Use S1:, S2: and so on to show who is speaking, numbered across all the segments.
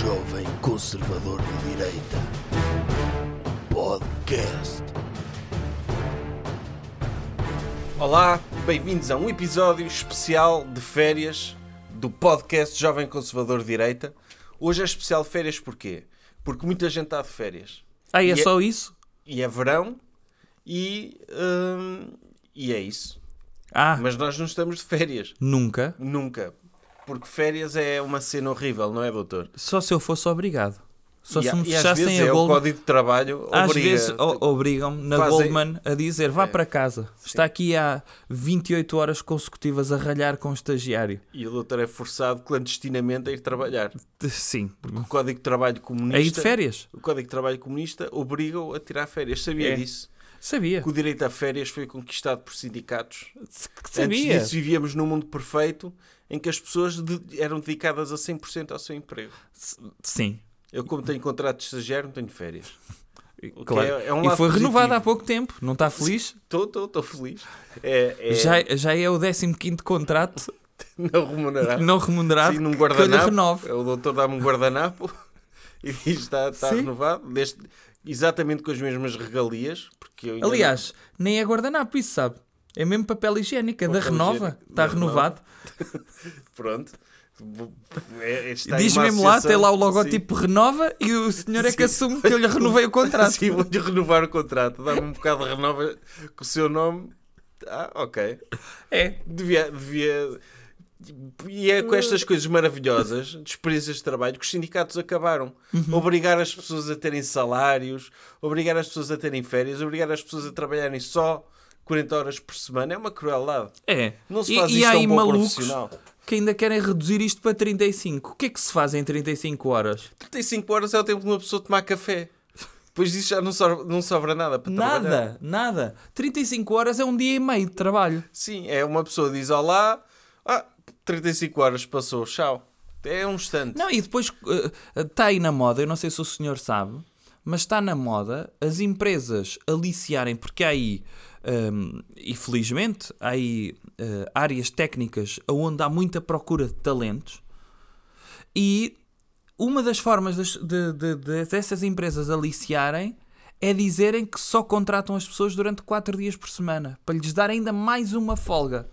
S1: Jovem Conservador de Direita. Podcast.
S2: Olá, bem-vindos a um episódio especial de férias do podcast Jovem Conservador de Direita. Hoje é especial de férias porquê? Porque muita gente está de férias.
S3: Ah, e é
S2: E é-
S3: só isso?
S2: E é verão e, hum, e é isso.
S3: Ah,
S2: Mas nós não estamos de férias.
S3: nunca.
S2: Nunca. Porque férias é uma cena horrível, não é, doutor?
S3: Só se eu fosse obrigado. Só
S2: e,
S3: se
S2: a-
S3: me
S2: e às
S3: fechassem
S2: vezes
S3: a
S2: é o
S3: Goldman.
S2: código de trabalho obriga-
S3: Às
S2: tipo,
S3: vezes o- obrigam-me na
S2: Fazem-
S3: Goldman a dizer vá
S2: É.
S3: para casa. Está aqui há 28 horas consecutivas a ralhar com o estagiário.
S2: E o doutor é forçado clandestinamente a ir trabalhar.
S3: De- Sim.
S2: O código de trabalho comunista...
S3: Aí de férias?
S2: O Código de Trabalho Comunista obriga-o a tirar férias. Sabia
S3: É.
S2: disso?
S3: Sabia.
S2: Que o direito a férias foi conquistado por sindicatos.
S3: S- que
S2: Antes
S3: Sabia.
S2: disso vivíamos num mundo perfeito em que as pessoas de- eram dedicadas a 100% ao seu emprego.
S3: S- Sim.
S2: Eu, como tenho contrato de estagiário, não tenho férias.
S3: E-
S2: que
S3: Claro.
S2: é- é um
S3: e
S2: lado
S3: foi renovado
S2: positivo.
S3: há pouco tempo. Não está feliz?
S2: Estou feliz. É, é
S3: Já, já é o 15 contrato
S2: não remunerado.
S3: não remunerado
S2: Ah. Sim, num
S3: que eu lhe
S2: guardanapo.
S3: renovo.
S2: O doutor dá-me um guardanapo e diz está, está
S3: Sim.
S2: renovado. Deste- exatamente com as mesmas regalias. Porque eu ainda não-
S3: Aliás, nem é guardanapo, isso sabe. É mesmo papel higiênico, é da
S2: Papel
S3: Renova.
S2: higiênico,
S3: Está
S2: da
S3: renovado.
S2: Pronto. É- está aí
S3: Diz
S2: uma
S3: mesmo lá, tem lá
S2: associação.
S3: o
S2: Sim.
S3: logotipo Renova e o senhor é que
S2: Sim.
S3: assume que eu lhe renovei o contrato.
S2: Sim, vou-lhe renovar o contrato. Dá-me um bocado de renova com o seu nome. Ah, ok.
S3: É.
S2: Devia, devia. E é com estas coisas maravilhosas de experiências de trabalho que os sindicatos acabaram.
S3: Uhum.
S2: Obrigar as pessoas a terem salários, obrigar as pessoas a terem férias, obrigar as pessoas a trabalharem só 40 horas por semana. É uma crueldade.
S3: É.
S2: Não se
S3: E-
S2: faz
S3: e,
S2: isto a
S3: há
S2: um
S3: aí
S2: bom
S3: malucos
S2: profissional.
S3: que ainda querem reduzir isto para 35. O que é que se faz em 35 horas?
S2: 35 horas é o tempo de uma pessoa tomar café. Depois disso já não sobra, não sobra nada para trabalhar.
S3: Nada, nada. 35 horas é um dia e meio de trabalho.
S2: Sim, é uma pessoa diz olá, ah, 35 horas passou, tchau. É um instante.
S3: Não, e depois eh, está aí na moda, eu não sei se o senhor sabe, mas está na moda as empresas aliciarem, porque há aí, ehm, e felizmente, há aí eh, áreas técnicas onde há muita procura de talentos, e uma das formas das- de- de- de- dessas empresas aliciarem é dizerem que só contratam as pessoas durante 4 dias por semana, para lhes dar ainda mais uma folga.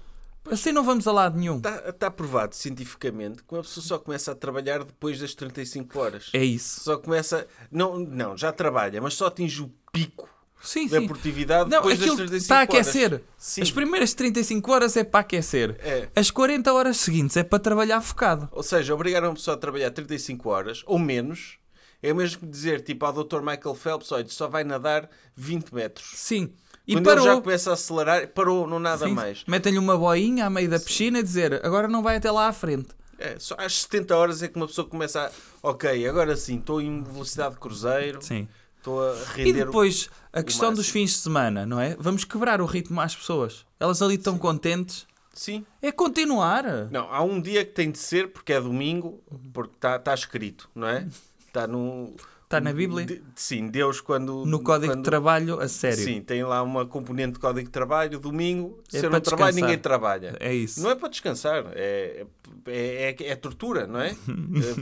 S3: Assim não vamos a lado nenhum.
S2: Está tá provado cientificamente que uma pessoa só começa a trabalhar depois das 35 horas.
S3: É isso.
S2: Só começa. Não, não, já trabalha, mas só atinge o pico
S3: Sim,
S2: da
S3: sim.
S2: é produtividade
S3: Não,
S2: depois das
S3: aquilo
S2: 35
S3: está a
S2: horas.
S3: aquecer.
S2: Sim.
S3: As primeiras 35 horas é para aquecer.
S2: É.
S3: As 40 horas seguintes é para trabalhar focado.
S2: Ou seja, obrigar uma pessoa a trabalhar 35 horas ou menos é o mesmo que dizer tipo ao Dr. Michael Phelps: olha, só vai nadar 20 metros.
S3: Sim. E
S2: Quando ele
S3: parou.
S2: já começa a acelerar, parou, não nada
S3: Sim.
S2: mais.
S3: Metem-lhe uma boinha a meio da piscina e dizer agora não vai até lá à frente.
S2: É, só às 70 horas é que uma pessoa começa a. Ok, agora sim, estou em velocidade de cruzeiro, estou a
S3: E
S2: render. o-
S3: depois a questão dos
S2: máximo.
S3: fins de semana, não é? Vamos quebrar o ritmo às pessoas. Elas ali estão contentes.
S2: Sim.
S3: É continuar.
S2: Não, há um dia que tem de ser porque é domingo, porque está tá escrito, não é? Está no.
S3: Está Tá na Bíblia?
S2: De- sim, Deus quando.
S3: No código de
S2: quando-
S3: trabalho, a sério.
S2: Sim, tem lá uma componente de código de trabalho, domingo,
S3: É
S2: se eu não
S3: para
S2: trabalho,
S3: descansar.
S2: ninguém trabalha.
S3: É isso.
S2: Não é para descansar, é, é, é, é tortura, não é?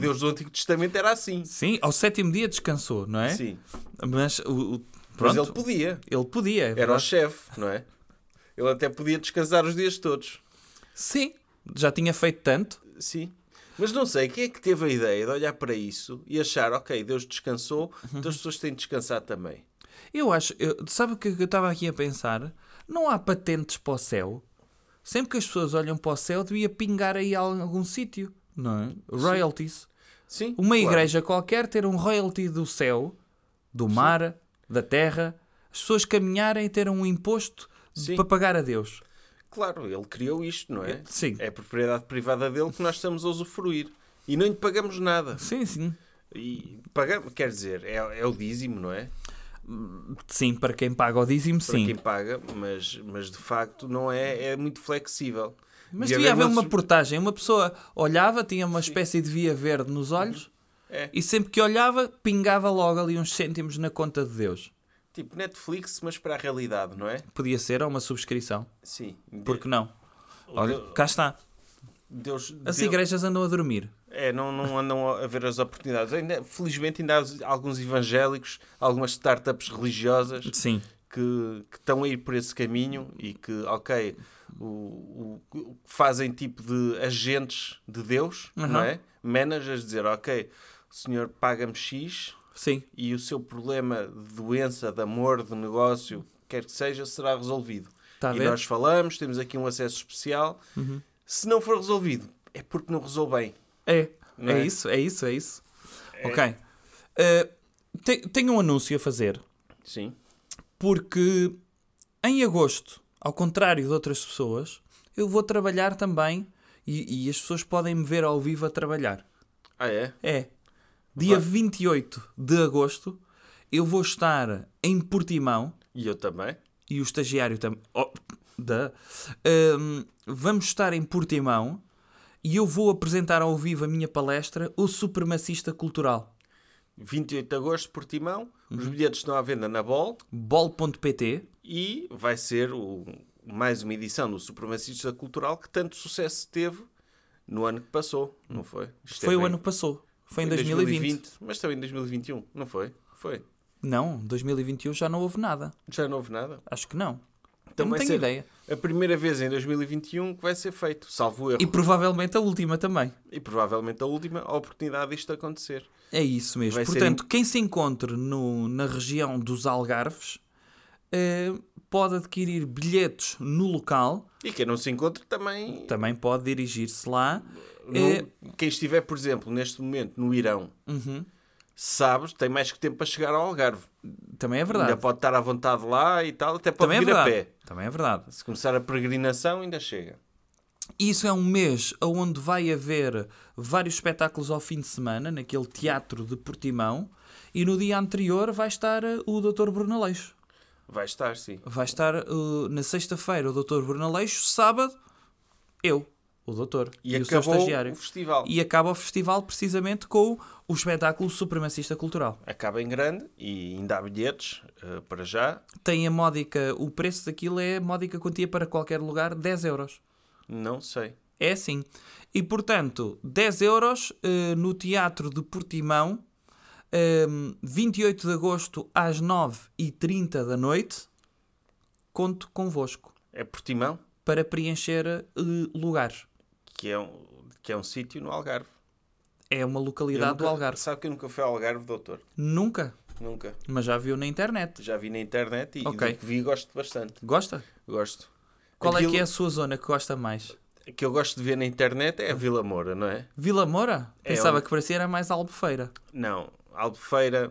S2: Deus do Antigo Testamento era assim.
S3: Sim, ao sétimo dia descansou, não é?
S2: Sim.
S3: Mas o, o-
S2: Mas
S3: pronto,
S2: ele podia.
S3: ele, podia. é
S2: Era o
S3: verdade.
S2: chefe, não é? Ele até podia descansar os dias todos.
S3: Sim, já tinha feito tanto.
S2: Sim. Mas não sei, quem é que teve a ideia de olhar para isso e achar, ok, Deus descansou, então as pessoas têm de descansar também.
S3: Eu acho, eu- sabe o que eu estava aqui a pensar? Não há patentes para o céu. Sempre que as pessoas olham para o céu, devia pingar aí a algum sítio, não é? Royalties.
S2: Sim.
S3: Uma
S2: claro.
S3: igreja qualquer ter um royalty do céu, do mar, da terra, as pessoas caminharem e terem um imposto de-
S2: Sim.
S3: para pagar a Deus.
S2: Claro, ele criou isto, não é?
S3: Sim.
S2: É a propriedade privada dele que nós estamos a usufruir. E não lhe pagamos nada.
S3: Sim, sim.
S2: E pagamos, quer dizer, é, é o dízimo, não é?
S3: Sim, para quem paga o dízimo,
S2: Para
S3: sim.
S2: quem paga, mas, mas de facto não é, é muito flexível.
S3: Mas
S2: Devia
S3: devia haver uma
S2: su-
S3: portagem. Uma pessoa olhava, tinha uma espécie de via verde nos olhos
S2: É.
S3: e sempre que olhava, pingava logo ali uns cêntimos na conta de Deus.
S2: Tipo Netflix, mas para a realidade, não é?
S3: Podia ser ou uma subscrição.
S2: Sim.
S3: Porque não? Olha, cá está.
S2: Deus,
S3: As
S2: Deus-
S3: igrejas andam a dormir.
S2: É, não, não andam a ver as oportunidades. Ainda- felizmente ainda há alguns evangélicos, algumas startups religiosas
S3: Sim.
S2: que, que estão a ir por esse caminho e que, ok, o, o- o- fazem tipo de agentes de Deus, não é? Managers, dizer, ok, o senhor paga-me X
S3: Sim.
S2: e o seu problema de doença, de amor, de negócio, quer que seja, será resolvido.
S3: Tá Uhum. a
S2: e
S3: ver?
S2: nós falamos, temos aqui um acesso especial. Se não for resolvido, é porque não resolve bem.
S3: É.
S2: Não
S3: é,
S2: é?
S3: isso, é isso, é isso. Ok. Uh, te- tenho um anúncio a fazer.
S2: Sim.
S3: porque em agosto, ao contrário de outras pessoas, eu vou trabalhar também e, e as pessoas podem me ver ao vivo a trabalhar.
S2: Ah, é?
S3: É. Dia
S2: Vai.
S3: 28 de agosto, eu vou estar em Portimão
S2: E eu também.
S3: e o estagiário também. Oh, da. Ahm, vamos estar em Portimão e eu vou apresentar ao vivo a minha palestra O Supremacista Cultural.
S2: 28 de agosto, Portimão.
S3: Uhum.
S2: Os bilhetes estão à venda na Bol.
S3: bol.pt
S2: E vai ser o- mais uma edição do Supremacista Cultural que tanto sucesso teve no ano que passou, não foi? Isto é
S3: foi o
S2: bem-
S3: ano que passou. Foi em
S2: foi
S3: 2020.
S2: Mas também em 2021, não foi? Foi.
S3: Não, 2021 já não houve nada.
S2: Já não houve nada.
S3: Acho que não.
S2: Então
S3: Eu não
S2: vai
S3: tenho
S2: ser
S3: ideia.
S2: A primeira vez em 2021 que vai ser feito, salvo erro.
S3: E provavelmente a última também.
S2: E, provavelmente a última oportunidade disto acontecer.
S3: É isso mesmo.
S2: Vai ser
S3: Portanto, quem se encontre no- na região dos Algarves eh, pode adquirir bilhetes no local.
S2: E quem não se encontre também.
S3: Também pode dirigir-se lá.
S2: no-
S3: Eh,
S2: Quem estiver, por exemplo, neste momento no Irão,
S3: Uhum.
S2: sabes, tem mais que tempo para chegar ao Algarve.
S3: também é
S2: Ainda
S3: verdade.
S2: pode estar à vontade lá e tal, até pode
S3: Também é
S2: vir a
S3: verdade.
S2: pé.
S3: Também é verdade.
S2: Se começar a peregrinação, ainda chega.
S3: Isso é um mês onde vai haver vários espetáculos ao fim de semana, naquele teatro de Portimão. E no dia anterior vai estar eh, o Dr. Bruno Aleixo.
S2: Vai estar, sim.
S3: Vai estar uh, na sexta-feira o Dr. Bruno Aleixo, sábado eu, o doutor,
S2: E,
S3: e, o seu
S2: acabou
S3: estagiário.
S2: o festival.
S3: E acaba o festival precisamente com o espetáculo Supremacista Cultural.
S2: Acaba em grande e ainda há bilhetes eh, para já.
S3: Tem a módica, o preço daquilo é módica quantia para qualquer lugar, 10 euros.
S2: Não sei.
S3: É assim. E portanto, 10 euros eh, no Teatro de Portimão, ehm, 28 de agosto às 9h30 da noite. Conto convosco
S2: É Portimão,
S3: para preencher eh, lugares.
S2: que é um, que é um sítio no Algarve.
S3: É uma
S2: Eu
S3: localidade do
S2: nunca-
S3: Algarve.
S2: Sabe que eu nunca fui ao Algarve, doutor?
S3: Nunca,
S2: Nunca.
S3: mas já viu na internet.
S2: Já vi na internet e
S3: Ok.
S2: do que vi gosto bastante.
S3: Gosta?
S2: Gosto.
S3: Qual é
S2: Aquilo
S3: que é a sua zona que gosta mais?
S2: que eu gosto de ver na internet é a Vila Moura, não é?
S3: Vila Moura?
S2: É
S3: Pensava
S2: onde-
S3: que parecia era mais Albufeira.
S2: Não, Albufeira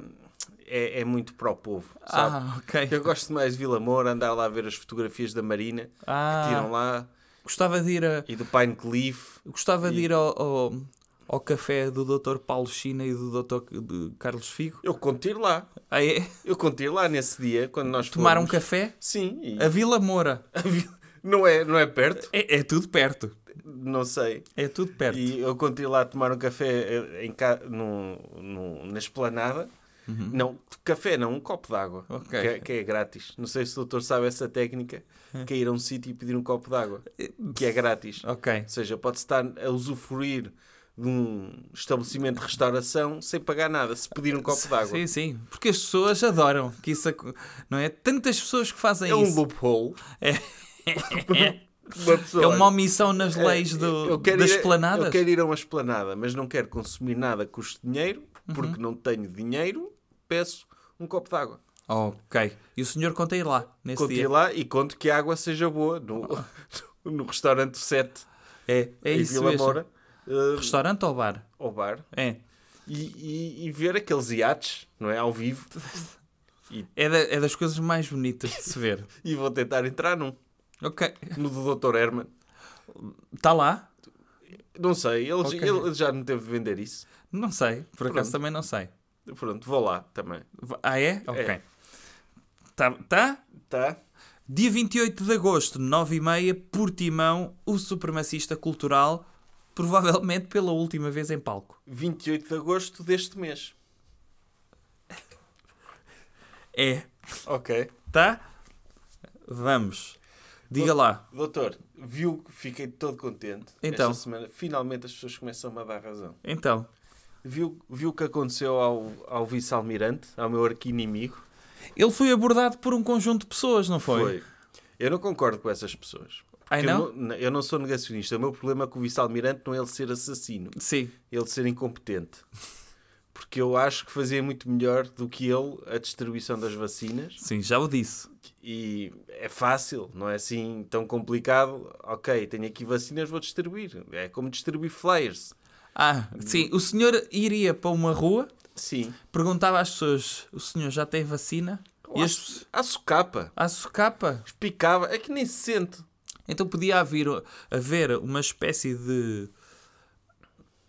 S2: é, é muito para o povo, sabe?
S3: Ah, ok.
S2: Eu gosto mais de Vila Moura, andar lá a ver as fotografias da Marina que tiram
S3: Ah,
S2: lá
S3: gostava de ir, a,
S2: e do Pine Cliff.
S3: gostava de
S2: E-
S3: ir ao, ao, ao café do Dr. Paulo China e do Dr. C- de Carlos Figo.
S2: Eu conto ir lá.
S3: Ah, é?
S2: Eu conto ir lá nesse dia quando nós
S3: Tomar um
S2: formos.
S3: café?
S2: Sim, e-
S3: A Vila Moura.
S2: não, é, não é perto?
S3: É, é tudo perto.
S2: Não sei.
S3: É tudo perto.
S2: E eu quando ir lá tomar um café eh, em ca... no, no- na esplanada, não, café não, um copo de água,
S3: Uhum. Ok.
S2: que, é- que é grátis. Não sei se o doutor sabe essa técnica, que é ir a um sítio e pedir um copo de água, que é grátis.
S3: Hum. Eh, Ok.
S2: Ou seja, pode estar a usufruir de um estabelecimento de restauração sem pagar nada, se pedir um copo de água.
S3: Eh, Sim, sim. Porque as pessoas adoram que isso. ac- Não é? Tantas pessoas que fazem
S2: É um
S3: isso.
S2: loophole. Uma pessoa,
S3: É uma omissão nas
S2: olha,
S3: leis do,
S2: eu quero
S3: das
S2: ir a-
S3: planadas?
S2: Eu quero ir a uma esplanada, mas não quero consumir nada que custe dinheiro,
S3: Uhum.
S2: porque não tenho dinheiro, peço um copo de água.
S3: Ok. E o senhor conta ir lá nesse
S2: Conto ir
S3: dia.
S2: lá e conto que a água seja boa no, no restaurante 7
S3: É, é
S2: em
S3: isso
S2: Vila
S3: mesmo.
S2: Moura, eh,
S3: Restaurante ou bar?
S2: ao bar,
S3: É.
S2: e, e- e ver aqueles iates, não é? Ao vivo.
S3: É, da- é das coisas mais bonitas de se ver.
S2: E vou tentar entrar num,
S3: ok.
S2: no do Dr. Herman.
S3: Está lá?
S2: Não sei, ele,
S3: Ok.
S2: ele já me teve de vender isso.
S3: Não sei. Por acaso
S2: Pronto.
S3: também não sei.
S2: Pronto, vou lá também.
S3: V- Ah, é? Ok. Tá, tá?
S2: Tá?
S3: Dia 28 de agosto, 9h30, Portimão, o supremacista cultural, provavelmente pela última vez em palco.
S2: 28 de agosto deste mês.
S3: É.
S2: Ok.
S3: Tá? Vamos. Diga lá.
S2: Doutor, viu que fiquei todo contente.
S3: Então.
S2: Esta semana, finalmente as pessoas começam a dar razão.
S3: Então.
S2: Viu, viu o que aconteceu ao, ao vice-almirante, ao meu arqui-inimigo?
S3: Ele foi abordado por um conjunto de pessoas, não foi?
S2: Eu não concordo com essas pessoas.
S3: Ai,
S2: Porque eu
S3: não?
S2: Eu não sou negacionista. O meu problema é com o vice-almirante não é ele ser assassino,
S3: Sim.
S2: ele ser incompetente. Porque eu acho que fazia muito melhor do que ele a distribuição das vacinas.
S3: Sim, já o disse.
S2: E é fácil, não é assim tão complicado. Ok, tenho aqui vacinas, vou distribuir. É como distribuir flyers.
S3: Ah, sim. O senhor iria para uma rua,
S2: Sim.
S3: perguntava às pessoas: o senhor já tem vacina? E as,
S2: A socapa.
S3: a socapa?
S2: Picava. É que nem se sente.
S3: Então podia haver, haver uma espécie de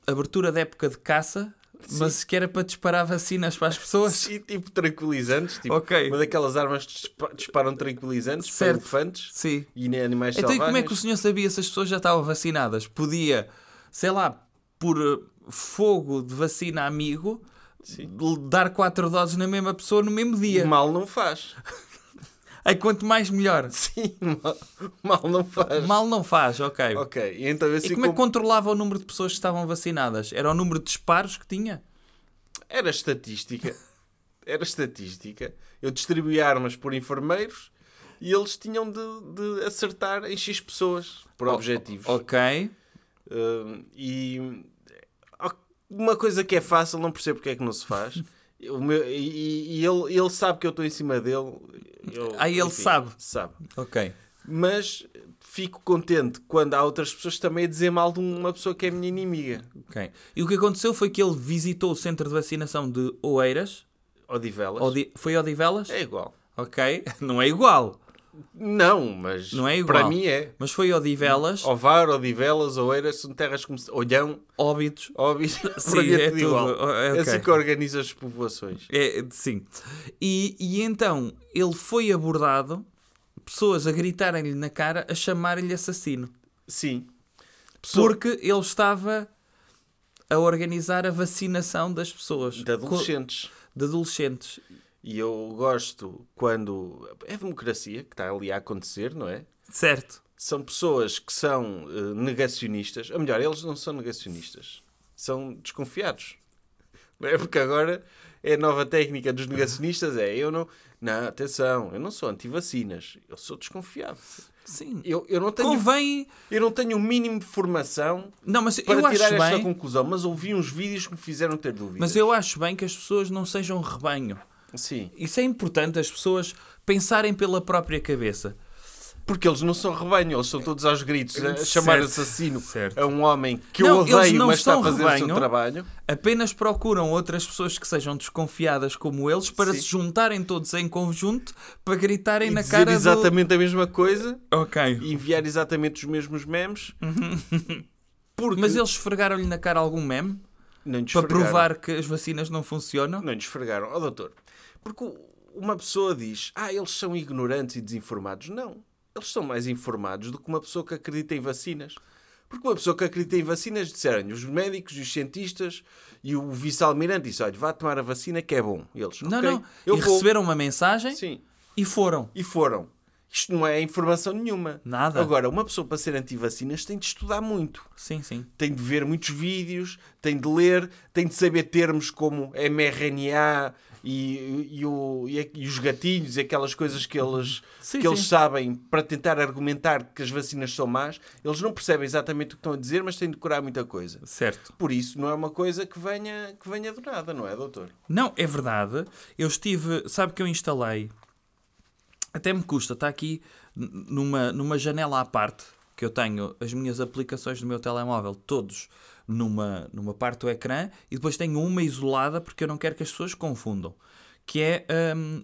S3: abertura da época de caça, mas que era para disparar vacinas para as pessoas.
S2: E tipo tranquilizantes. Tipo,
S3: Ok.
S2: Uma daquelas armas que dispa- disparam tranquilizantes
S3: Certo.
S2: para elefantes.
S3: Sim.
S2: E nem animais
S3: Então e
S2: selvagens.
S3: como é que o senhor sabia se as pessoas já estavam vacinadas? Podia, sei lá, por eh, fogo de vacina amigo, l- dar quatro doses na mesma pessoa no mesmo dia.
S2: Mal não faz.
S3: Aí quanto mais melhor.
S2: Sim, mal, mal não faz.
S3: Mal não faz, ok.
S2: Ok, e então eu
S3: E
S2: assim
S3: como é que
S2: como-
S3: controlava o número de pessoas que estavam vacinadas? Era o número de disparos que tinha?
S2: Era estatística. Era estatística. Eu distribuía armas por enfermeiros e eles tinham de, de acertar em X pessoas por objetivos.
S3: Oh, Ok.
S2: Hum, e ó, uma coisa que é fácil, não percebo porque é que não se faz. O meu- e e- e ele, ele sabe que eu estou em cima dele. Eu-
S3: Ah, ele sabe.
S2: Sabe.
S3: Ok.
S2: Mas fico contente quando há outras pessoas também a dizer mal de uma pessoa que é minha inimiga.
S3: Ok. E o que aconteceu foi que ele visitou o centro de vacinação de Oeiras.
S2: Odivelas.
S3: Odi- Foi Odivelas?
S2: É igual.
S3: Ok. Não é igual.
S2: Não, mas
S3: Não é igual.
S2: para mim é.
S3: Mas foi Odivelas,
S2: Ovar, Odivelas, Oeiras, são terras como se- Olhão,
S3: Óbidos.
S2: Óbis,
S3: Sim,
S2: para mim
S3: é
S2: tudo
S3: tudo.
S2: igual.
S3: O- é,
S2: É assim
S3: ok.
S2: que organiza as povoações.
S3: É, sim. E, e então ele foi abordado, pessoas a gritarem-lhe na cara, a chamarem-lhe assassino.
S2: Sim. Pessoa-
S3: Porque ele estava a organizar a vacinação das pessoas.
S2: de adolescentes.
S3: Co- De adolescentes.
S2: E eu gosto quando. É a democracia que está ali a acontecer, não é?
S3: Certo.
S2: São pessoas que são eh, negacionistas. Ou melhor, eles não são negacionistas. São desconfiados. Não é? Porque agora é a nova técnica dos negacionistas: é eu não. Não, atenção, eu não sou anti-vacinas. Eu sou desconfiado.
S3: Sim.
S2: Eu, eu, não tenho,
S3: Convém.
S2: eu não tenho o mínimo de formação
S3: Não, mas
S2: para
S3: eu acho
S2: tirar esta
S3: bem.
S2: conclusão, mas ouvi uns vídeos que me fizeram ter dúvidas.
S3: Mas eu acho bem que as pessoas não sejam rebanho.
S2: Sim,
S3: Isso é importante as pessoas pensarem pela própria cabeça.
S2: porque eles não são rebanho, eles são todos aos gritos a chamar
S3: Certo,
S2: assassino
S3: certo.
S2: a um homem que
S3: Não,
S2: eu
S3: eles
S2: odeio,
S3: não
S2: mas está a
S3: são
S2: fazer o
S3: rebanho.
S2: seu trabalho.
S3: Apenas procuram outras pessoas que sejam desconfiadas como eles para
S2: Sim.
S3: se juntarem todos em conjunto para gritarem
S2: E
S3: na
S2: dizer
S3: cara
S2: exatamente a mesma coisa,
S3: do... Ok.
S2: e enviar exatamente os mesmos memes, porque
S3: Mas eles esfregaram-lhe na cara algum meme
S2: não lhes
S3: para
S2: fregaram.
S3: provar que as vacinas não funcionam?
S2: Não lhes fregaram. Ó doutor, porque o- uma pessoa diz, ah, eles são ignorantes e desinformados. Não. Eles são mais informados do que uma pessoa que acredita em vacinas. Porque uma pessoa que acredita em vacinas disseram-lhe os médicos e os cientistas e o vice-almirante disse, olha, vá tomar a vacina que é bom. E Eles,
S3: Não,
S2: "Ok,
S3: não.
S2: Eu
S3: e
S2: vou.
S3: receberam uma mensagem
S2: Sim.
S3: e foram.
S2: E foram. Isto não é informação nenhuma.
S3: Nada.
S2: Agora, uma pessoa para ser anti-vacinas tem de estudar muito
S3: Sim, sim.
S2: tem de ver muitos vídeos, tem de ler, tem de saber termos como mRNA e, e, o- e a- e os gatilhos e aquelas coisas que eles,
S3: Sim,
S2: que eles
S3: sim.
S2: sabem para tentar argumentar que as vacinas são más. Eles não percebem exatamente o que estão a dizer, mas têm de decorar muita coisa.
S3: Certo.
S2: Por isso, não é uma coisa que venha, que venha do nada, não é, doutor?
S3: Não, é verdade. Eu estive. Sabe que eu instalei. Até me custa, está aqui n- numa, numa janela à parte que eu tenho as minhas aplicações do meu telemóvel, todos numa, numa parte do ecrã, e depois tenho uma isolada porque eu não quero que as pessoas confundam, que é hum,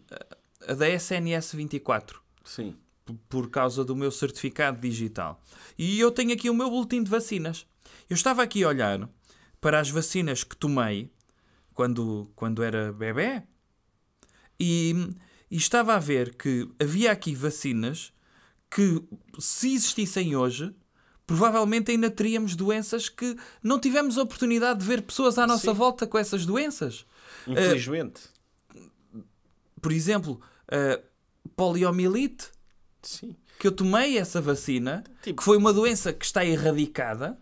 S3: a- a da SNS 24
S2: Sim.
S3: p- por causa do meu certificado digital. E eu tenho aqui o meu boletim de vacinas. Eu estava aqui a olhar para as vacinas que tomei quando, quando era bebê e, e estava a ver que havia aqui vacinas que, se existissem hoje, provavelmente ainda teríamos doenças que não tivemos a oportunidade de ver pessoas à nossa volta com essas doenças.
S2: Infelizmente.
S3: Eh, Por exemplo, a poliomielite.
S2: Sim.
S3: que eu tomei essa vacina,
S2: Tipo- Uhum.
S3: que foi uma doença que está erradicada,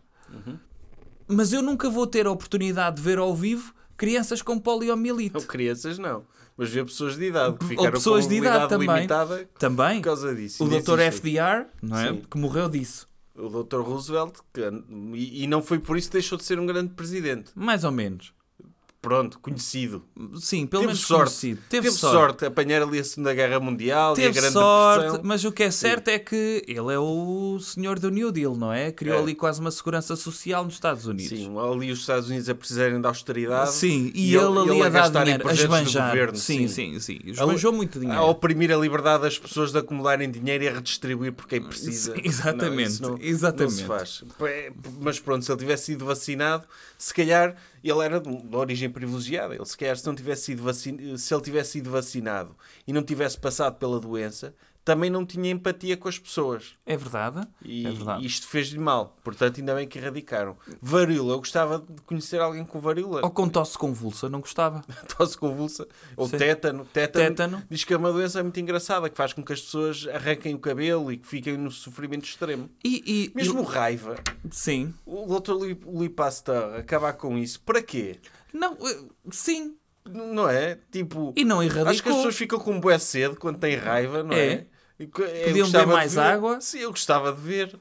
S3: mas eu nunca vou ter a oportunidade de ver ao vivo crianças com poliomielite.
S2: Não crianças, não. Mas vê pessoas de idade que
S3: Ou
S2: ficaram
S3: pessoas
S2: com
S3: de idade
S2: mobilidade
S3: também.
S2: limitada
S3: Também.
S2: por causa disso.
S3: O
S2: Ainda
S3: Dr.
S2: existe.
S3: FDR, não é?
S2: Sim.
S3: que morreu disso.
S2: O Dr. Roosevelt, que, e, e não foi por isso que deixou de ser um grande presidente.
S3: Mais ou menos.
S2: Pronto, conhecido.
S3: Sim, pelo
S2: Teve
S3: menos
S2: sorte.
S3: conhecido. Teve,
S2: sorte. a apanhar ali a Segunda Guerra Mundial e a
S3: Teve
S2: Grande
S3: sorte,
S2: Depressão.
S3: mas o que é certo é que ele é o senhor do New Deal, não é? Criou
S2: É.
S3: ali quase uma segurança social nos Estados Unidos.
S2: Sim, ali os Estados Unidos a precisarem de austeridade.
S3: Sim, e, ele, ali a dar
S2: gastar em
S3: dinheiro, a
S2: projetos do
S3: esbanjar.
S2: governo,
S3: sim, sim, sim. Ah, Esbanjou muito dinheiro.
S2: A oprimir a liberdade das pessoas de acumularem dinheiro e a redistribuir por quem precisa.
S3: Sim, exatamente,
S2: Não, isso não-
S3: exatamente.
S2: Não se faz. P- é, Mas pronto, se ele tivesse sido vacinado, se calhar ele era de de origem privilegiada. Ele, se calhar, se, não tivesse sido vacin... se ele tivesse sido vacinado e não tivesse passado pela doença, também não tinha empatia com as pessoas.
S3: É verdade.
S2: E
S3: é verdade.
S2: isto fez-lhe mal. Portanto, ainda bem que erradicaram. Varíola, eu gostava de conhecer alguém com varíola.
S3: Ou com tosse convulsa, não gostava.
S2: tosse convulsa ou
S3: Sim.
S2: tétano. tétano.
S3: Tétano.
S2: Diz que é uma doença muito engraçada que faz com que as pessoas arranquem o cabelo e que fiquem no sofrimento extremo.
S3: E, e
S2: Mesmo raiva.
S3: eu- sim.
S2: O doutor Louis Pasteur acabar com isso. Para quê?
S3: Não, eu- sim.
S2: N- Não é? Tipo,
S3: E não erradicou.
S2: acho que as pessoas ficam com bué cedo quando têm raiva, não
S3: É.
S2: é? E co- eu
S3: Podiam
S2: gostava
S3: beber
S2: de
S3: mais
S2: ver.
S3: água.
S2: Sim, eu gostava de ver.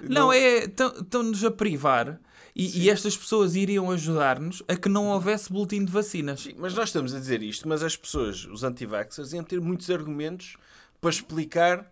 S3: Não, é. Estão-nos a privar. E, e estas pessoas iriam ajudar-nos a que não houvesse boletim de vacinas.
S2: Sim, mas nós estamos a dizer isto, mas as pessoas, os anti-vaxxers, iam ter muitos argumentos para explicar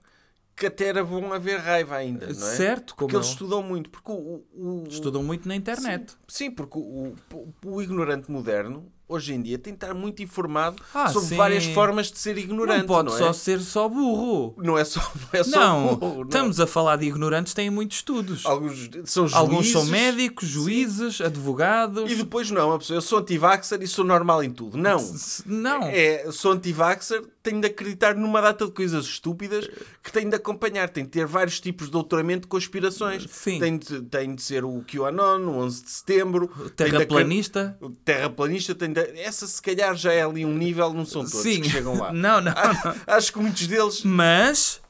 S2: que até era bom haver raiva ainda, não é?
S3: Certo, como
S2: Porque eles
S3: é o-
S2: estudam muito, porque o... o- o-
S3: Estudam muito na internet.
S2: Sim, porque o, o- o ignorante moderno, hoje em dia, tem de estar muito informado
S3: Ah,
S2: sobre
S3: sim.
S2: várias formas de ser ignorante,
S3: não pode
S2: é?
S3: só ser só burro.
S2: Não é só... Não, é só
S3: não,
S2: burro, não.
S3: estamos a falar de ignorantes que têm muitos estudos.
S2: Alguns são juízes...
S3: Alguns são médicos, juízes, advogados.
S2: E depois não, a pessoa, eu sou anti-vaxxer e sou normal em tudo. Não.
S3: Se- Não.
S2: É, sou anti-vaxxer, tenho de acreditar numa data de coisas estúpidas que tenho de acompanhar. Tenho de ter vários tipos de doutoramento de conspirações.
S3: Eh, Sim.
S2: Tenho de, tenho de ser o QAnon, o 11 de setembro. tenho de acre-
S3: Terraplanista.
S2: O terraplanista. Tenho de- Essa se calhar já é ali um nível, não são todos
S3: Sim.
S2: que chegam lá.
S3: Não, não. não.
S2: Acho que muitos deles...
S3: Mas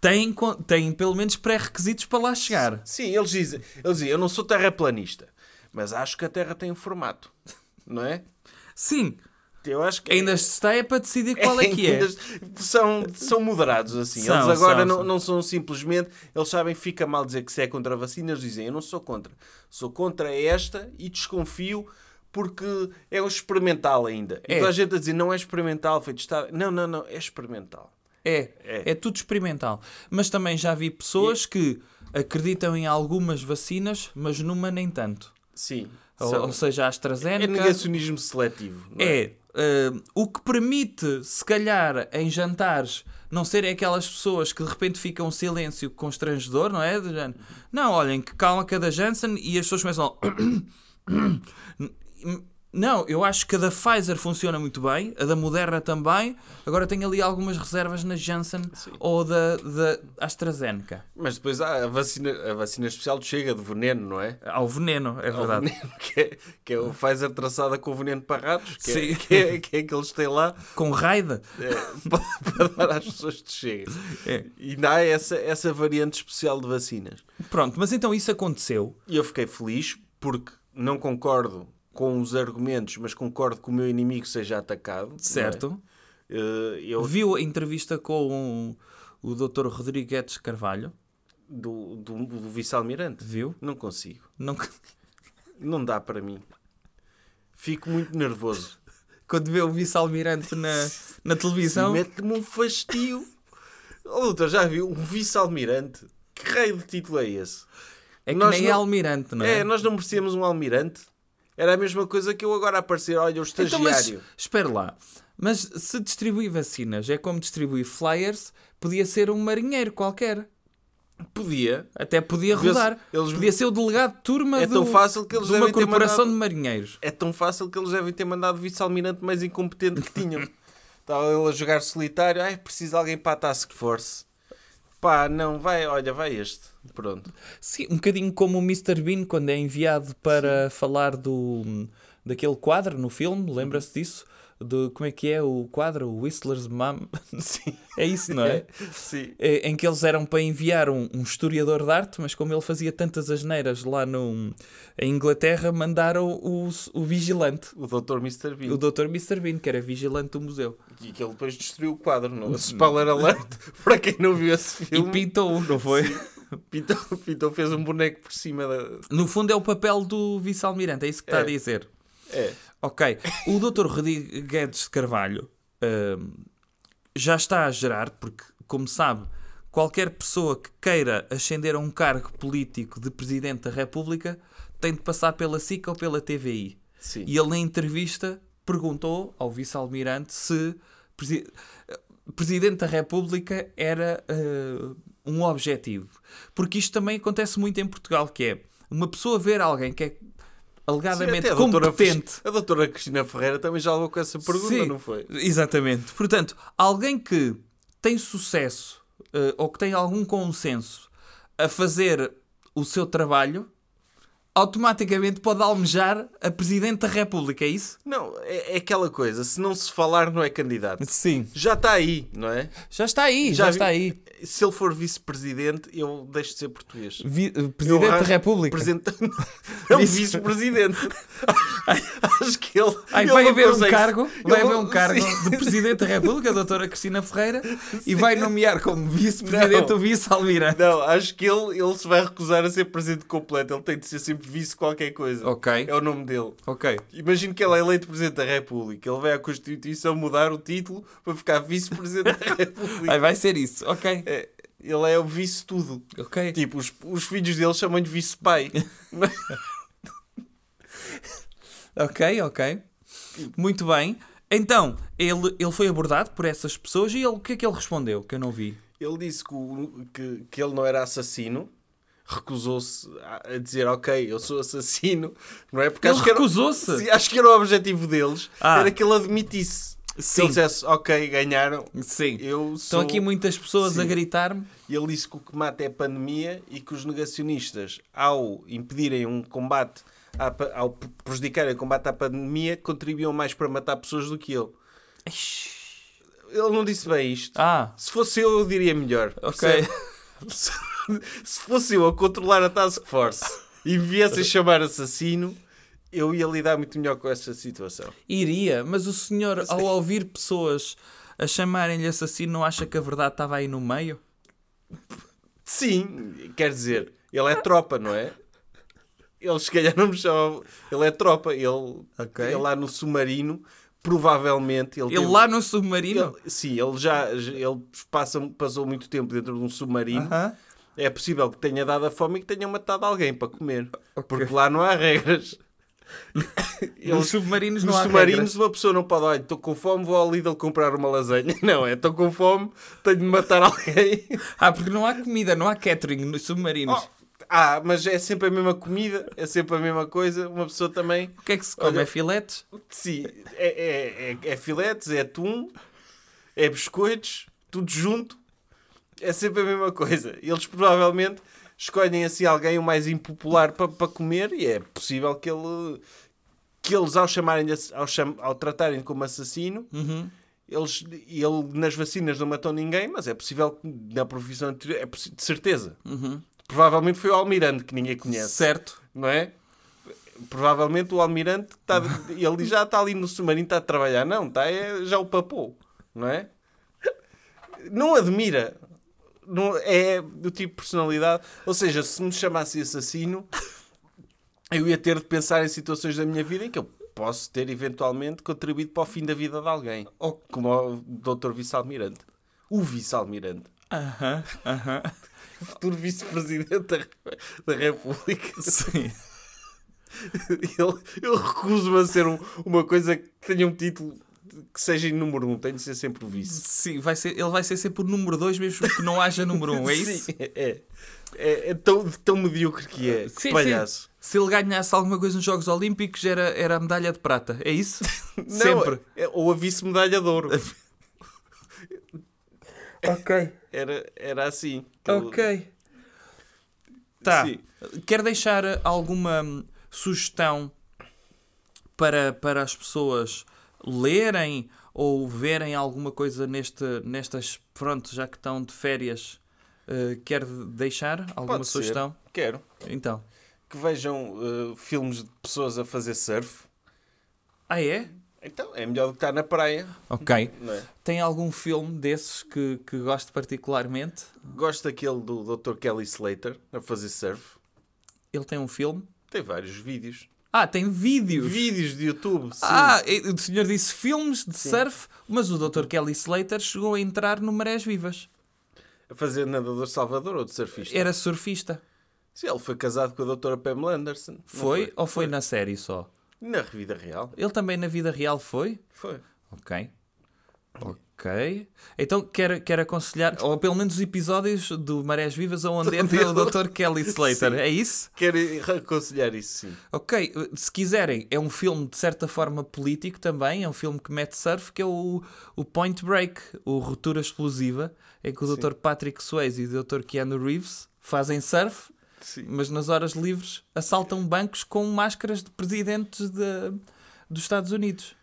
S3: têm, con- têm pelo menos pré-requisitos para lá chegar.
S2: Sim, eles dizem, eles dizem, eu não sou terraplanista, mas acho que a Terra tem um formato, não é?
S3: Sim.
S2: Eu acho que...
S3: Ainda se está é para decidir qual é que é.
S2: Ainda- São, são moderados assim.
S3: São,
S2: eles agora
S3: são,
S2: não,
S3: são.
S2: não são simplesmente. Eles sabem que fica mal dizer que se é contra a vacina. Eles dizem: Eu não sou contra. Sou contra esta e desconfio porque é o experimental ainda.
S3: É.
S2: E toda a gente a dizer: Não é experimental, foi testado. Não, não, não. É experimental.
S3: É, é,
S2: É.
S3: tudo experimental. Mas também já vi pessoas que acreditam em algumas vacinas, mas numa nem tanto.
S2: Sim.
S3: Ou,
S2: são-
S3: ou seja, a
S2: é
S3: AstraZeneca.
S2: negacionismo seletivo. não é?
S3: É, ah, o que permite, se calhar, em jantares, não serem aquelas pessoas que de repente ficam um silêncio constrangedor, não é? Do género, Não, olhem, que calma cada Janssen e as pessoas começam. a- Não, eu acho que a da Pfizer funciona muito bem, a da Moderna também. Agora tenho ali algumas reservas na Janssen ou da, da AstraZeneca.
S2: Mas depois há a vacina, a vacina especial do Chega, do veneno, não é?
S3: Ao veneno, é
S2: ao
S3: verdade.
S2: veneno, que, é, que é o Pfizer traçada com o veneno para ratos, que,
S3: Sim.
S2: é, que, é, que é que eles têm lá
S3: Com raida.
S2: é, para, para dar às pessoas que chegam.
S3: É.
S2: E dá essa, essa variante especial de vacinas.
S3: Pronto, mas então isso aconteceu.
S2: E eu fiquei feliz porque não concordo com os argumentos, mas concordo que o meu inimigo seja atacado. não é?
S3: Certo.
S2: Eh, eu,
S3: Viu a entrevista com o Dr. Rodrigues Carvalho?
S2: do, do, do vice-almirante,
S3: Viu?
S2: não consigo.
S3: Não-
S2: Não dá para mim. Fico muito nervoso.
S3: Quando vê o vice-almirante na, na televisão,
S2: Mete-me um fastio. Oh, doutor, já viu? Um vice-almirante. Que raio de título é esse?
S3: é que
S2: nós
S3: nem é
S2: não-
S3: almirante, não é?
S2: É, nós não merecíamos um almirante. Era a mesma coisa que eu agora aparecer. Olha, o
S3: Então,
S2: estagiário.
S3: mas, espera lá. Mas se distribuir vacinas é como distribuir flyers, podia ser um marinheiro qualquer.
S2: Podia.
S3: Até podia
S2: Vê-se-
S3: rodar.
S2: eles-
S3: Podia ser o delegado de turma
S2: É
S3: do-
S2: tão fácil que eles
S3: de uma
S2: devem ter
S3: corporação
S2: mandado-
S3: de marinheiros.
S2: É tão fácil que eles devem ter mandado o vice-almirante mais incompetente que tinham. Estava ele a jogar solitário. Ai, precisa de alguém para a task force. Pá, não, vai, olha, vai este. Pronto.
S3: Sim, um bocadinho como o Mr. Bean quando é enviado para falar do, daquele quadro no filme, lembra-se disso? Do, como é que é o quadro? O Whistler's Mom?
S2: Sim.
S3: É isso, não é?
S2: Sim.
S3: É, em que eles eram para enviar um, um historiador de arte, mas como ele fazia tantas asneiras lá no, em Inglaterra, mandaram o, o vigilante,
S2: O Dr. Mr. Bean.
S3: o Dr. Mr. Bean, que era vigilante do museu.
S2: E que ele depois destruiu o quadro. Não? é? Spoiler alert para quem não viu esse
S3: E
S2: filme.
S3: pintou, não foi?
S2: Pintou, Pintou fez um boneco por cima da.
S3: No fundo é o papel do vice-almirante, é isso que está
S2: É.
S3: a dizer.
S2: É.
S3: Ok, o Dr. Rodrigues de Carvalho hum, já está a gerar, porque, como sabe, qualquer pessoa que queira ascender a um cargo político de Presidente da República tem de passar pela SIC ou pela TVI.
S2: Sim.
S3: E ele, na entrevista, perguntou ao Vice-Almirante se presi- Presidente da República era eh, um objetivo. Porque isto também acontece muito em Portugal, que é uma pessoa ver alguém que é alegadamente
S2: Sim, até a doutora
S3: competente...
S2: Fis- A doutora Cristina Ferreira também já levou com essa pergunta,
S3: Sim,
S2: não foi?
S3: Exatamente. Portanto, alguém que tem sucesso eh, ou que tem algum consenso a fazer o seu trabalho, automaticamente pode almejar a Presidente da República, é isso?
S2: Não, é, é aquela coisa, se não se falar, não é candidato.
S3: Sim.
S2: Já está aí, não é?
S3: Já está aí, já,
S2: Já vi-
S3: está aí.
S2: Se ele for vice-presidente, eu deixo de ser português.
S3: Vi- eh,
S2: Eu
S3: Presidente da
S2: acho-
S3: República.
S2: Presidente... É um
S3: Vice-
S2: vice-presidente. Acho que ele.
S3: Ai,
S2: ele
S3: vai
S2: não
S3: haver um
S2: consegue-
S3: cargo,
S2: ele
S3: vai haver
S2: não-
S3: um cargo
S2: Sim.
S3: de Presidente da República, a doutora Cristina Ferreira, e vai nomear como Vice-Presidente
S2: Não.
S3: o Vice-Almirante.
S2: Não, acho que ele, ele se vai recusar a ser presidente completo. Ele tem de ser sempre vice qualquer coisa.
S3: Ok,
S2: É o nome dele.
S3: ok.
S2: Imagino que ele é eleito Presidente da República. Ele vai à Constituição mudar o título para ficar Vice-Presidente da
S3: Ai,
S2: República.
S3: vai ser isso, ok.
S2: É, ele é o vice-tudo.
S3: Ok.
S2: Tipo, os, os filhos dele chamam-lhe vice-pai.
S3: Ok, ok. Muito bem. Então, ele, ele foi abordado por essas pessoas e ele, o que é que ele respondeu? Que eu não vi.
S2: Ele disse que, o- que, que ele não era assassino. Recusou-se a a dizer, ok, eu sou assassino, não é? Porque
S3: Ele
S2: acho que, era,
S3: recusou-se?
S2: Sim, acho que era o objetivo deles,
S3: Ah.
S2: era que ele admitisse. Se
S3: Sim.
S2: ele dissesse, ok, ganharam,
S3: Sim.
S2: eu sou...
S3: Estão aqui muitas pessoas
S2: Sim.
S3: a gritar-me.
S2: E ele disse que o que mata é a pandemia e que os negacionistas, ao impedirem um combate, à pa- ao p- prejudicarem o combate à pandemia, contribuíam mais para matar pessoas do que ele. Ele não disse bem isto.
S3: Ah,
S2: Se fosse eu, eu diria melhor.
S3: ok.
S2: Se, se fosse eu a controlar a Task Force e me viessem chamar assassino, eu ia lidar muito melhor com essa situação.
S3: Iria, mas o senhor, ao ouvir pessoas a chamarem-lhe assassino, não acha que a verdade estava aí no meio?
S2: Sim, quer dizer, ele é tropa, não é? Ele se calhar não me chamava. Ele é tropa. Ele,
S3: Ok.
S2: ele lá no submarino, provavelmente. Ele,
S3: Ele
S2: teve-
S3: lá no submarino?
S2: ele- sim, ele já já- ele passa, passou muito tempo dentro de um submarino.
S3: Aham.
S2: É possível que tenha dado a fome e que tenha matado alguém para comer.
S3: Ok.
S2: Porque lá não há regras.
S3: Nos submarinos
S2: Nos
S3: não há
S2: submarinos, uma pessoa não pode. Olha, estou com fome, vou ao Lidl comprar uma lasanha. Não, é, estou com fome, tenho de matar alguém.
S3: regras. Ah, porque não há comida, não há catering nos submarinos.
S2: Oh, ah, mas é sempre a mesma comida, é sempre a mesma coisa. Uma pessoa também.
S3: O que é que se come?
S2: Olha-
S3: É filetes?
S2: Sim, é, é, é, é filetes, é atum, é biscoitos, tudo junto. É sempre a mesma coisa. Eles provavelmente escolhem assim alguém o mais impopular para, para comer e é possível que ele que eles ao chamarem ao, cham, ao tratarem como assassino eles ele nas vacinas não matou ninguém mas é possível que na profissão anterior é possi- de certeza provavelmente foi o almirante que ninguém conhece
S3: Certo.
S2: não é? Provavelmente o almirante está, ele já está ali no submarino, está a trabalhar. Não, está, é, já o papou, não é? Não admira. Não, é do tipo de personalidade. Ou seja, se me chamasse assassino, eu ia ter de pensar em situações da minha vida em que eu posso ter eventualmente contribuído para o fim da vida de alguém. Ou como o Dr. Vice-Almirante. O Vice-Almirante.
S3: Aham, aham.
S2: Futuro Vice-Presidente da, Re- da República.
S3: Sim.
S2: Ele- eu recuso-me a ser um- uma coisa que tenha um título que seja em número um, tem de ser sempre o vice.
S3: Sim, vai ser, ele vai ser sempre o número 2, mesmo que não haja número 1, um, é isso?
S2: Sim,
S3: Ah,
S2: é. É, é tão, tão medíocre que é. que
S3: Sim, sim.
S2: palhaço.
S3: Se ele ganhasse alguma coisa nos Jogos Olímpicos, era, era a medalha de prata, é isso?
S2: Não,
S3: sempre.
S2: é- ou a vice-medalha de ouro.
S3: Ok,
S2: Era, era assim. que ele- Tá.
S3: ok. Tá.
S2: Sim.
S3: Quer deixar alguma hum, sugestão para, para as pessoas lerem ou verem alguma coisa neste, nestas, pronto, já que estão de férias, eh, quer deixar alguma
S2: Pode ser.
S3: sugestão?
S2: Quero
S3: Então.
S2: que vejam eh, filmes de pessoas a fazer surf.
S3: Ah, é?
S2: Então, é melhor do que estar na praia,
S3: Ok.
S2: não é?
S3: Tem algum filme desses que, que goste particularmente?
S2: Gosto daquele do Dr. Kelly Slater a fazer surf.
S3: Ele tem um filme?
S2: Tem vários vídeos.
S3: Ah, tem vídeos!
S2: Vídeos de YouTube, sim.
S3: Ah, e- o senhor disse filmes de surf, mas o Dr. Kelly Slater chegou a entrar no Marés Vivas.
S2: A fazer nadador salvador ou de surfista.
S3: Era surfista.
S2: Sim, ele foi casado com a doutora Pamela Anderson. não
S3: Foi, ou foi, na série só?
S2: Na vida real.
S3: Ele também na vida real foi?
S2: Foi.
S3: Ok. Ok. Então quero, quero aconselhar, ou pelo menos os episódios do Marés Vivas onde entra o Dr. Kelly Slater. É isso?
S2: Quero aconselhar isso, sim.
S3: Ok, se quiserem, é um filme de certa forma político também, é um filme que mete surf, que é o, o Point Break, o Ruptura Explosiva, em que o Dr. Patrick Swayze e o Dr. Keanu Reeves fazem surf,
S2: Sim.
S3: mas nas horas livres assaltam bancos com máscaras de presidentes de- dos Estados Unidos.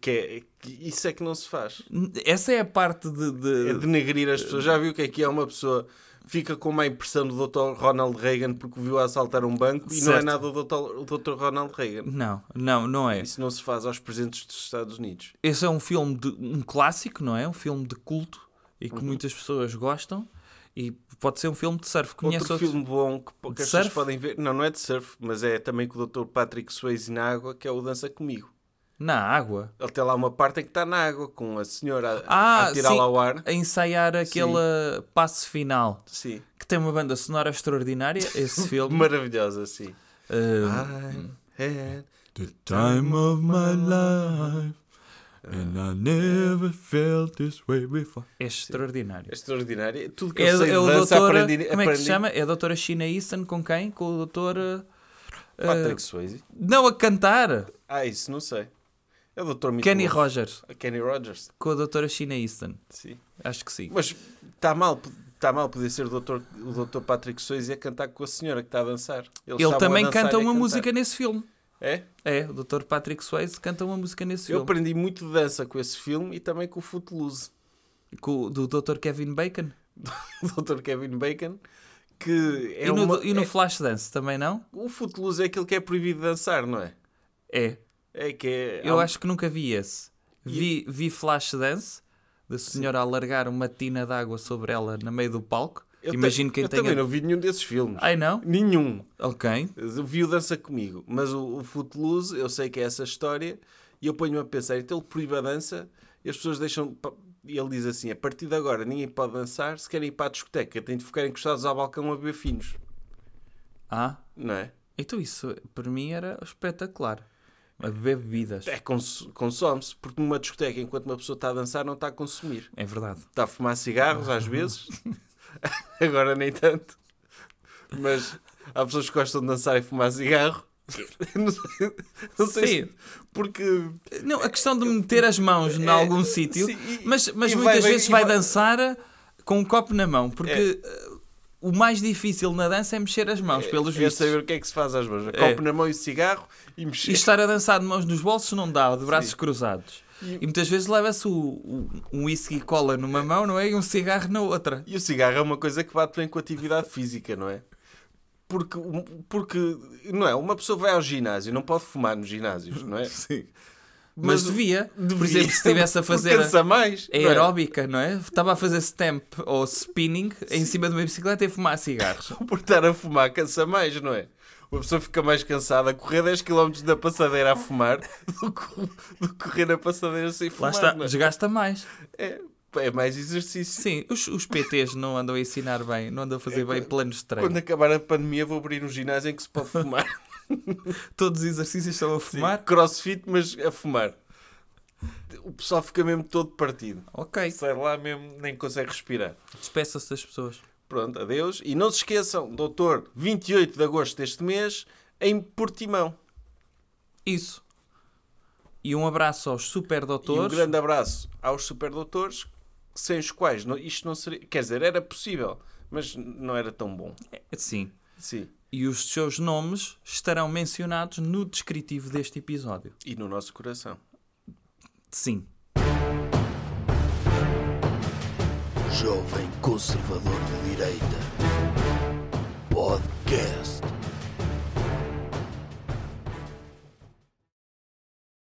S2: Que é- que isso é que não se faz.
S3: N- Essa é a parte de... de-
S2: É denegrir as pessoas. Já viu o que é que é uma pessoa fica com uma impressão do Dr. Ronald Reagan porque o viu a assaltar um banco e não é
S3: Certo.
S2: nada do Dr. o Dr. Ronald Reagan.
S3: Não, não, não é.
S2: Isso não se faz aos presentes dos Estados Unidos.
S3: Esse é um filme de um clássico, não é? Um filme de culto e
S2: Uhum.
S3: que muitas pessoas gostam. E pode ser um filme de surf. Conhece
S2: Outro filme bom que, po- que
S3: De
S2: as pessoas
S3: surf?
S2: podem ver, não, não é de surf, mas é também com o Dr. Patrick Swayze na água, que é o Dança Comigo.
S3: Na água.
S2: Ele tem lá uma parte em que está na água com a senhora a,
S3: Ah,
S2: a tirá-la
S3: sim.
S2: ao ar.
S3: A ensaiar aquele passo final.
S2: Sim.
S3: Que tem uma banda sonora extraordinária, esse filme.
S2: Maravilhosa, sim. Hum. é, I'm
S3: Uh,
S2: had
S4: The time of my life, and I never felt this way before.
S3: é extraordinário.
S2: Extraordinária. Tudo que
S3: É,
S2: eu sei
S3: é
S2: de
S3: o
S2: dança
S3: doutora,
S2: aprendi.
S3: como é que
S2: aprendi-
S3: se chama? É a doutora Sheena Easton com quem? Com o doutor... uh,
S2: Patrick
S3: uh,
S2: Swayze.
S3: não, a cantar!
S2: Ah, isso não sei. É o Dr. Meatloaf.
S3: Kenny Rogers.
S2: Kenny Rogers,
S3: Com a doutora Sheena Easton.
S2: sim.
S3: Acho que sim.
S2: Mas está mal, está mal poder ser o Dr. o Dr. Patrick Swayze a cantar com a senhora que está a dançar. Eles
S3: Ele
S2: estavam a
S3: também
S2: dançar e
S3: canta
S2: a
S3: uma
S2: cantar.
S3: música nesse filme.
S2: É?
S3: É, o Dr. Patrick Swayze canta uma música nesse
S2: Eu
S3: filme.
S2: aprendi muito de dança com esse filme e também com o Footloose.
S3: Com, o- do Dr. Kevin Bacon.
S2: O Dr. Kevin Bacon, que é
S3: e no,
S2: uma-
S3: e no
S2: é-
S3: Flashdance também, não?
S2: O Footloose é aquele que é proibido de dançar, não é?
S3: É.
S2: É que é...
S3: Eu
S2: há-
S3: acho que nunca vi esse. Vi, vi Flashdance, da senhora a largar uma tina de água sobre ela no meio do palco.
S2: eu te-
S3: Imagino quem
S2: eu
S3: tenha.
S2: também não vi nenhum desses filmes.
S3: Ai não?
S2: Nenhum.
S3: Ok.
S2: Viu Dança Comigo, mas o, o Footloose, eu sei que é essa história, e eu ponho-me a pensar, então ele proíbe a dança, e as pessoas deixam... pa- E ele diz assim, a partir de agora ninguém pode dançar, se querem ir para a discoteca, têm de ficar encostados ao balcão a beber finos,
S3: Ah,
S2: não é?
S3: então isso para mim era espetacular. A beber bebidas.
S2: É, cons- consome-se, porque numa discoteca, enquanto uma pessoa está a dançar, não está a consumir.
S3: É verdade.
S2: Está a fumar cigarros, às vezes, agora nem tanto, mas há pessoas que gostam de dançar e fumar cigarro, não sei, não sei se-
S3: Sim.
S2: porque...
S3: Não, a questão de meter as mãos em algum sítio,
S2: É, sim, e-
S3: mas, mas
S2: e vai-
S3: muitas
S2: vai-
S3: vezes
S2: e
S3: vai
S2: vai- É.
S3: dançar com um copo na mão, porque uh, o mais difícil na dança é mexer as mãos, pelos
S2: é
S3: vistos.
S2: saber o que é que se faz às mãos.
S3: É.
S2: Copo na mão e cigarro e mexer.
S3: E estar a dançar de mãos nos bolsos não dá, de braços cruzados. E... muitas vezes leva-se o- o- um whisky e cola numa mão, não é? E um cigarro na outra.
S2: E o cigarro é uma coisa que bate bem com a atividade física, não é? Porque, porque, não é? Uma pessoa vai ao ginásio, não pode fumar nos ginásios, não é? Sim.
S3: Mas, devia. Por exemplo, se estivesse a fazer
S2: Cansa mais.
S3: a-
S2: não é?
S3: aeróbica, não é? Estava a fazer stamp ou spinning em cima de uma bicicleta e fumar cigarros.
S2: Por estar a fumar, cansa mais, não é? Uma pessoa fica mais cansada a correr 10km da passadeira a fumar do que, do que correr a passadeira sem
S3: Lá
S2: fumar.
S3: está,
S2: não é?
S3: desgasta mais.
S2: É, é mais exercício.
S3: Sim, os, os PTs não andam a ensinar bem, não andam a fazer bem planos de treino.
S2: Quando é acabar a pandemia, vou abrir um ginásio em que se pode fumar.
S3: Todos os exercícios estão a fumar.
S2: Crossfit, mas a fumar. O pessoal fica mesmo todo partido.
S3: Ok,
S2: Sai lá mesmo, nem consegue respirar.
S3: despeçam-se das pessoas.
S2: Pronto, adeus. E não se esqueçam, doutor, 28 de agosto deste mês, em Portimão.
S3: Isso. E um abraço aos super
S2: E um
S3: doutores.
S2: grande abraço aos superdoutores, sem os
S3: É.
S2: quais não- isto não seria... Quer dizer, era possível, mas não era tão bom.
S3: Sim.
S2: Sim.
S3: e os seus nomes estarão mencionados no descritivo deste episódio.
S2: E no nosso coração.
S3: Sim.
S1: Jovem Conservador de Direita. Podcast.